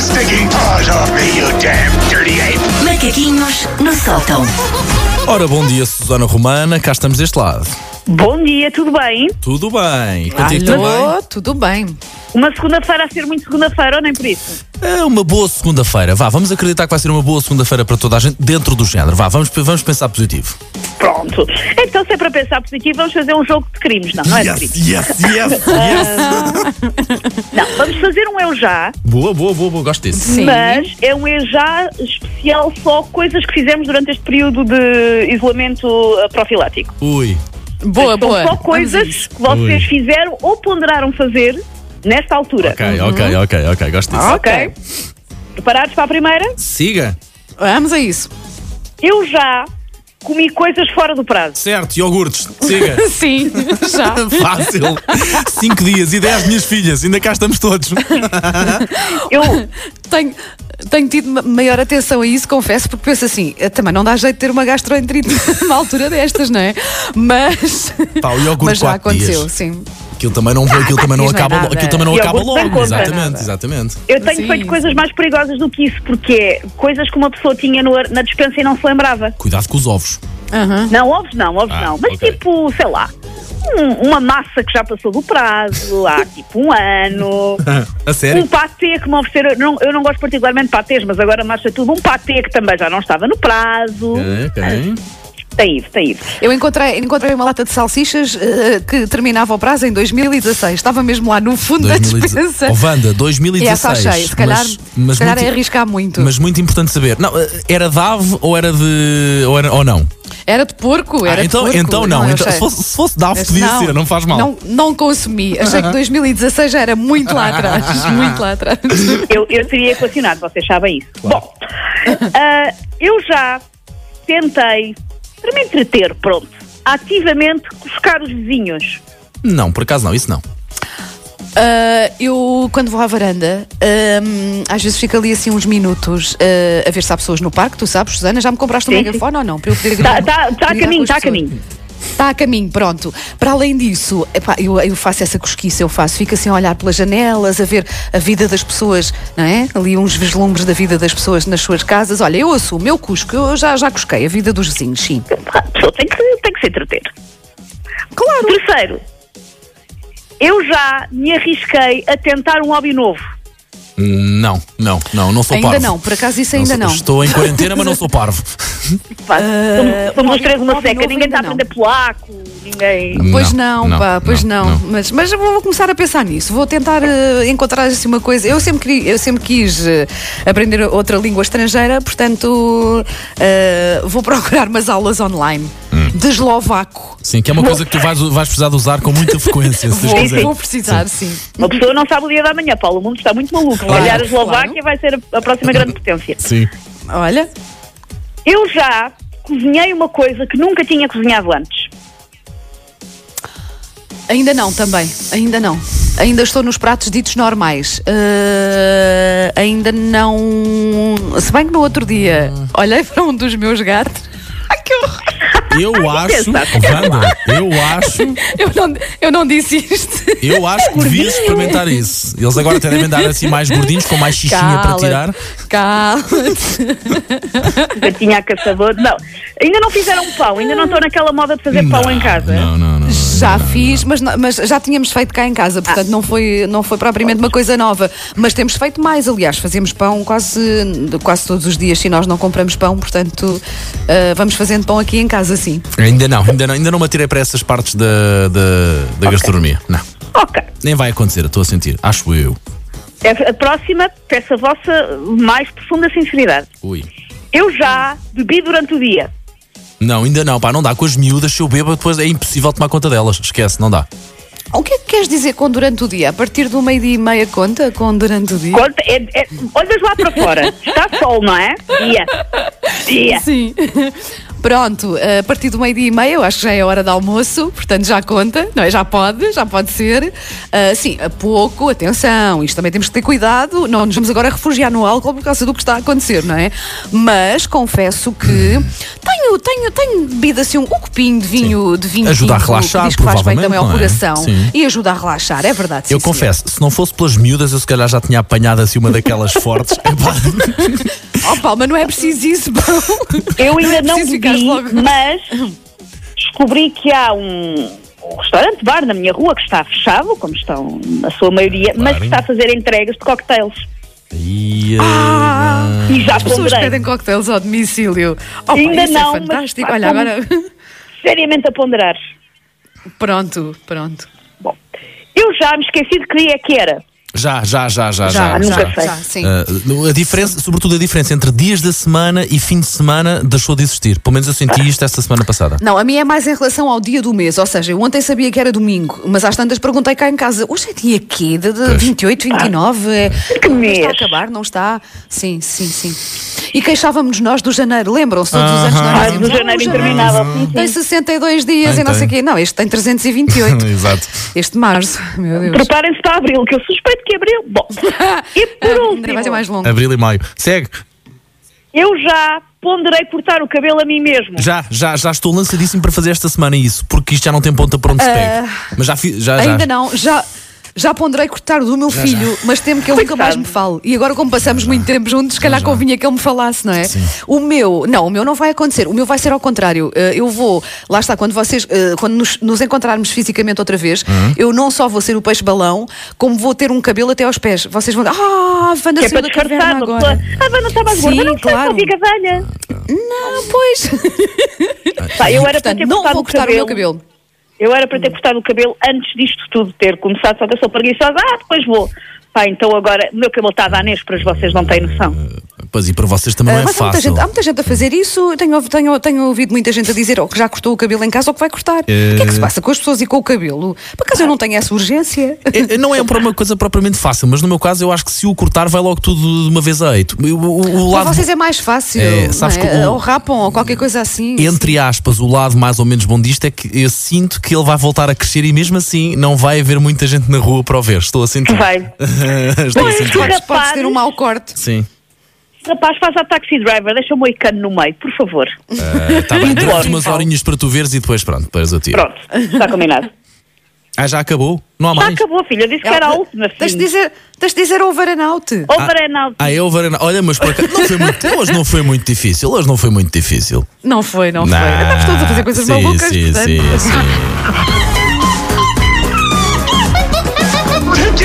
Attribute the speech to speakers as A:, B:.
A: sticking paws off me, you damn dirty ape!
B: Macaquinhos no sótão.
C: Ora, bom dia, Susana Romana, cá estamos deste lado.
D: Bom dia, tudo bem?
C: Tudo bem. Contigo também?
E: Alô, tudo bem?
D: Uma segunda-feira a ser muito segunda-feira, ou nem por isso?
C: É uma boa segunda-feira. Vá, vamos acreditar que vai ser uma boa segunda-feira para toda a gente dentro do género. Vá, vamos, vamos pensar positivo.
D: Pronto. Então, se é para pensar positivo, vamos fazer um jogo de crimes, não, não é de
C: yes,
D: crimes.
C: yes, yes, yes.
D: Não, vamos fazer um eu já,
C: boa, boa, boa, boa, gosto disso.
E: Sim.
D: mas é um eu já especial só coisas que fizemos durante este período de isolamento eh, profilático.
C: Ui.
E: Boa,
D: São
E: boa.
D: só
E: Vamos a isso.
D: coisas que vocês
C: Ui.
D: fizeram ou ponderaram fazer nesta altura.
C: Ok,
E: Uhum.
C: ok, ok, ok, gosto disso.
E: Ah. É.
D: Ok. Preparados para a primeira?
C: Siga.
E: Vamos a isso.
D: Eu já comi coisas fora do prazo.
C: Certo, iogurtes. Siga.
E: Sim, já.
C: Fácil. Cinco dias e dez minhas filhas. Ainda cá estamos todos.
D: Eu,
E: Tenho, tenho tido ma- maior atenção a isso, confesso, porque penso assim, eh, também não dá jeito de ter uma gastroenterite numa altura destas, não é? Mas.
C: Pá, o iogurte
E: Mas já
C: quatro
E: aconteceu,
C: dias.
E: sim.
C: Aquilo também não, aquilo também não
E: diz mais
C: acaba, lo-
E: nada.
C: aquilo também não acaba
D: Iogurte não
C: logo.
D: conta
C: Exatamente,
E: nada.
C: exatamente.
D: eu tenho
E: Sim,
D: feito
E: sim.
D: coisas mais perigosas do que isso, porque é coisas que uma pessoa tinha no ar- na dispensa e não se lembrava.
C: Cuidado com os ovos.
E: Aham.
D: Não, ovos não, ovos
C: Ah,
D: não. Mas
C: ok.
D: tipo, sei lá, um- uma massa que já passou do prazo há tipo um ano.
C: A sério?
D: Um patê que me ofereceram, eu não, eu não gosto particularmente de patês, mas agora marcha tudo. Um patê que também já não estava no prazo.
C: Ok.
D: Tem isso, tem isso.
E: Eu encontrei, encontrei uma lata de salsichas eh, que terminava o prazo em 2016. Estava mesmo lá no fundo da
C: 2016.
E: dispensa.
C: Oh, Wanda, 2016.
E: e essa achei. Se calhar, se calhar é arriscar muito.
C: Mas muito importante saber. Não, eh, era de ave ou era de. ou, era, ou não?
E: Era de porco, era
C: Ah, então,
E: de porco.
C: então não.
E: eu
C: Então,
E: achei.
C: se, fosse, se fosse de ave, podia ser, não faz mal.
E: Não, não consumi. Achei que 2016 já era muito lá atrás. Muito lá atrás.
D: Eu, eu teria equacionado, vocês sabem isso. Bom, ah, eu já tentei, para me entreter, pronto, ativamente buscar os vizinhos.
C: Não, por acaso não, isso não.
E: Ah, eu, quando vou à varanda, ahm, às vezes fico ali assim uns minutos ah, a ver se há pessoas no parque. Tu sabes, Susana, já me compraste um
D: Sim, sim.
E: megafone ou não? Para eu poder
D: Está
E: gritar-
D: tá, tá a
E: gritar
D: caminho,
E: com as
D: está a
E: pessoas.
D: caminho.
E: Está a caminho, pronto. Para além disso, epá, eu, eu faço essa cosquice, eu faço, fico assim a olhar pelas janelas, a ver a vida das pessoas, não é? Ali uns vislumbres da vida das pessoas nas suas casas. Olha, eu assumo, eu cusco, eu já, já cusquei a vida dos vizinhos, sim.
D: A pessoa tem que, tem que se entreter. Claro. Terceiro, eu já me arrisquei a tentar um hobby novo.
C: Não, não, não, não sou
E: ainda
C: parvo.
E: não, por acaso isso
C: Não
E: ainda
C: sou-
E: não.
C: Estou em quarentena, mas não sou parvo.
D: Pá, somos- somos
E: Ah, um hobby-
D: os três uma
E: hobby
D: seca,
E: novo
D: ninguém está a
E: ainda
D: aprender polaco, ninguém.
E: Pois
C: Não,
E: não,
C: não,
E: pá, pois
C: não,
E: não.
C: não.
E: Mas, mas eu vou começar a pensar nisso. Vou tentar eh, encontrar assim uma coisa. Eu sempre, queria- eu sempre quis eh, aprender outra língua estrangeira, portanto eh, vou procurar umas aulas online
C: Hum.
E: de eslovaco.
C: Sim, que é uma coisa que tu vais, vais precisar de usar com muita frequência, se Deus
E: Vou,
C: quiser.
E: vou precisar, sim.
D: Uma pessoa não sabe o dia da manhã, Paulo. O mundo está muito maluco. Se calhar a
E: claro.
D: Eslováquia vai ser a- a próxima grande potência.
C: Sim.
E: Olha,
D: Eu já cozinhei uma coisa que nunca tinha cozinhado antes.
E: ainda não também, ainda não. Ainda estou nos pratos ditos normais. Eh, ainda não. Se bem que no outro dia olhei para um dos meus gatos. Ai, que horror!
C: Eu acho, Wanda, eu acho,
E: Eu não, eu não disse isto.
C: eu acho que devias experimentar isso. Eles agora até devem dar assim mais gordinhos, com mais xixinha para tirar.
E: Cala.
D: Nunca tinha a caçador. Não. Ainda não fizeram pão. Ainda não estou naquela moda de fazer pão em casa.
C: Não, não, não.
E: Já fiz, mas, não- mas já tínhamos feito cá em casa, portanto não, foi, não foi propriamente uma coisa nova. Mas temos feito mais, aliás, fazemos pão quase, quase todos os dias, se nós não compramos pão, portanto ah, vamos fazendo pão aqui em casa, sim.
C: Ainda não, ainda não, ainda não me atirei para essas partes da, da, da gastronomia. Não.
D: Ok.
C: Nem vai acontecer, estou a sentir. Acho eu.
D: É A a próxima, peço a vossa mais profunda sinceridade.
C: Ui.
D: Eu já bebi durante o dia.
C: Não, ainda não, pá, não dá. Com as miúdas, se eu bebo, depois é impossível tomar conta delas. Esquece, não dá.
E: O que é que queres dizer com durante o dia? A partir do meio-dia e meia conta com durante o dia?
D: Conta- é- é- olhas lá para fora. Está sol, não é? Dia. Dia.
E: Sim. Pronto, eh, a partir do meio-dia e meia, eu acho que já é hora de almoço, portanto já conta, não é? Já pode, já pode ser. Ah, sim, a pouco, atenção, isto também temos que ter cuidado, não nos vamos agora refugiar no álcool por causa do que está a acontecer, não é? Mas confesso que tenho, tenho, tenho bebido assim um, um copinho de vinho, de vinho
C: Ajuda a
E: tinto, que
C: relaxar,
E: diz que faz bem
C: provavelmente,
E: também ao
C: não é?
E: coração
C: Sim.
E: e ajuda a relaxar, é verdade. sim,
C: Eu
E: senhor.
C: confesso, se não fosse pelas miúdas, eu se calhar já tinha apanhado assim uma daquelas fortes. Epá,
E: Oh, Palma, não é preciso isso, Paulo.
D: Eu ainda não
E: Preciso ficar
D: bebi,
E: logo.
D: mas descobri que há um, um restaurante, bar na minha rua que está fechado, como estão a sua maioria, mas que está a fazer entregas de cocktails.
C: e, eh,
E: Ah,
D: E já
E: As pessoas
D: ponderei.
E: pedem cocktails ao domicílio. Oh,
D: Ainda
E: isso
D: não,
E: é
D: mas
E: fantástico.
D: pá,
E: Olha,
D: como-
E: agora.
D: Seriamente a ponderar.
E: Pronto, pronto.
D: Bom, eu já me esqueci de que dia é que era.
C: já, já, já, já, Ah, já.
E: Já,
D: nunca
C: já.
D: sei.
E: já, sim.
C: Ah, a diferença, sobretudo a diferença entre dias da semana e fim de semana deixou de existir. Pelo menos eu senti isto esta semana passada.
E: Não, a minha é mais em relação ao dia do mês, ou seja, eu ontem sabia que era domingo, mas às tantas perguntei cá em casa, hoje é dia quê? De, de 28, 29? É,
D: Ah. Que
E: Está a
D: mês?
E: acabar, não está? Sim, sim, sim. E queixávamos nos do janeiro, lembram-se? Todos os anos
C: Aham.
E: nós
D: Ah,
E: dizíamos,
D: do
E: "Ah, o
D: janeiro interminável. Sim, sim.
E: Tem 62 dias
C: Tem,
E: e não sei o
C: tem.
E: quê. Não, este tem 328.
C: Exato.
E: Este março, meu Deus.
D: Preparem-se para abril, que eu suspeito que é abril. Bom, e por
E: Ah, ainda
D: último,
E: vai ser mais longo.
C: Abril e maio. Segue.
D: eu já ponderei cortar o cabelo a mim mesmo.
C: Já, já, já estou lançadíssimo para fazer esta semana isso, porque isto já não tem ponta para onde se pega. Mas já fiz. Já, já.
E: Ah, Ainda não, já, já ponderei cortar o do meu filho, mas temo que ele nunca mais
D: Coitado.
E: me fale. E agora, como passamos muito tempo juntos, se calhar convinha que ele me falasse, não é? O meu, não, o meu não vai acontecer. O meu vai ser ao contrário. Eh, Eu vou, lá está, quando vocês, eh, quando nos, nos encontrarmos fisicamente outra vez, eu não só vou ser o peixe-balão, como vou ter um cabelo até aos pés. Vocês vão dizer, ah, Wanda
D: Que é para
E: saiu da caverna
D: disfarçar. uma
E: agora.
D: pessoa. Ah, mas não estava mais
E: Sim,
D: gorda, não sei,
E: claro.
D: só fica velha.
E: Não, pois.
D: Pá, eu era para
E: Portanto,
D: ter
E: não
D: cortado
E: vou cortar o meu cabelo.
D: Eu era para ter cortado o cabelo antes disto tudo ter começado, só que eu sou preguiçosa. Ah, depois vou. Pá, então agora o meu cabelo está a dar nésperas, vocês não têm noção.
C: Pois e para vocês também
E: Ah,
C: não é
E: mas há muita,
C: fácil.
E: gente, há muita gente a fazer isso. Tenho, ouvi- tenho- tenho ouvido muita gente a dizer ou que já cortou o cabelo em casa ou que vai cortar. O
C: Eh,
E: que é que se passa com as pessoas e com o cabelo? Por acaso eu não tenho essa urgência?
C: É- é- não é uma coisa propriamente fácil, mas no meu caso eu acho que se o cortar vai logo tudo de uma vez a eito. O, o- o
E: Para
C: lado,
E: vocês é mais fácil.
C: É,
E: não
C: sabes
E: é?
C: que o-
E: Ou rapam ou qualquer coisa assim.
C: entre aspas, o lado mais ou menos bom disto é que eu sinto que ele vai voltar a crescer e mesmo assim não vai haver muita gente na rua para o ver. Estou a sentir.
D: Vai.
E: é
C: Estou a
D: Pois,
C: sentir.
E: Podes, podes
D: Rapazes.
E: ter um mau corte.
C: Sim.
D: Rapaz, faz a taxi driver, deixa o moicano no meio, por favor.
C: Está Ah, tá bem, durante
D: Claro.
C: umas horinhas para tu veres e depois pronto, depois eu tiro.
D: Pronto, está combinado.
C: Ah, já acabou? Não há
D: Já
C: mais?
D: acabou, filha, eu disse que era a última.
E: Tens É
D: filho.
E: de
D: Oh.
E: dizer, tens de dizer over and out.
D: Over and out.
C: Ah, eu, Varana. Olha, mas por acaso, não foi muito, hoje não foi muito difícil. Hoje não foi muito difícil.
E: Não foi, não foi.
C: Não.
E: Andamos todos a fazer coisas
C: sim,
E: malucas.
C: Sim, é
E: portanto.
C: sim,
E: é
C: sim.
A: Take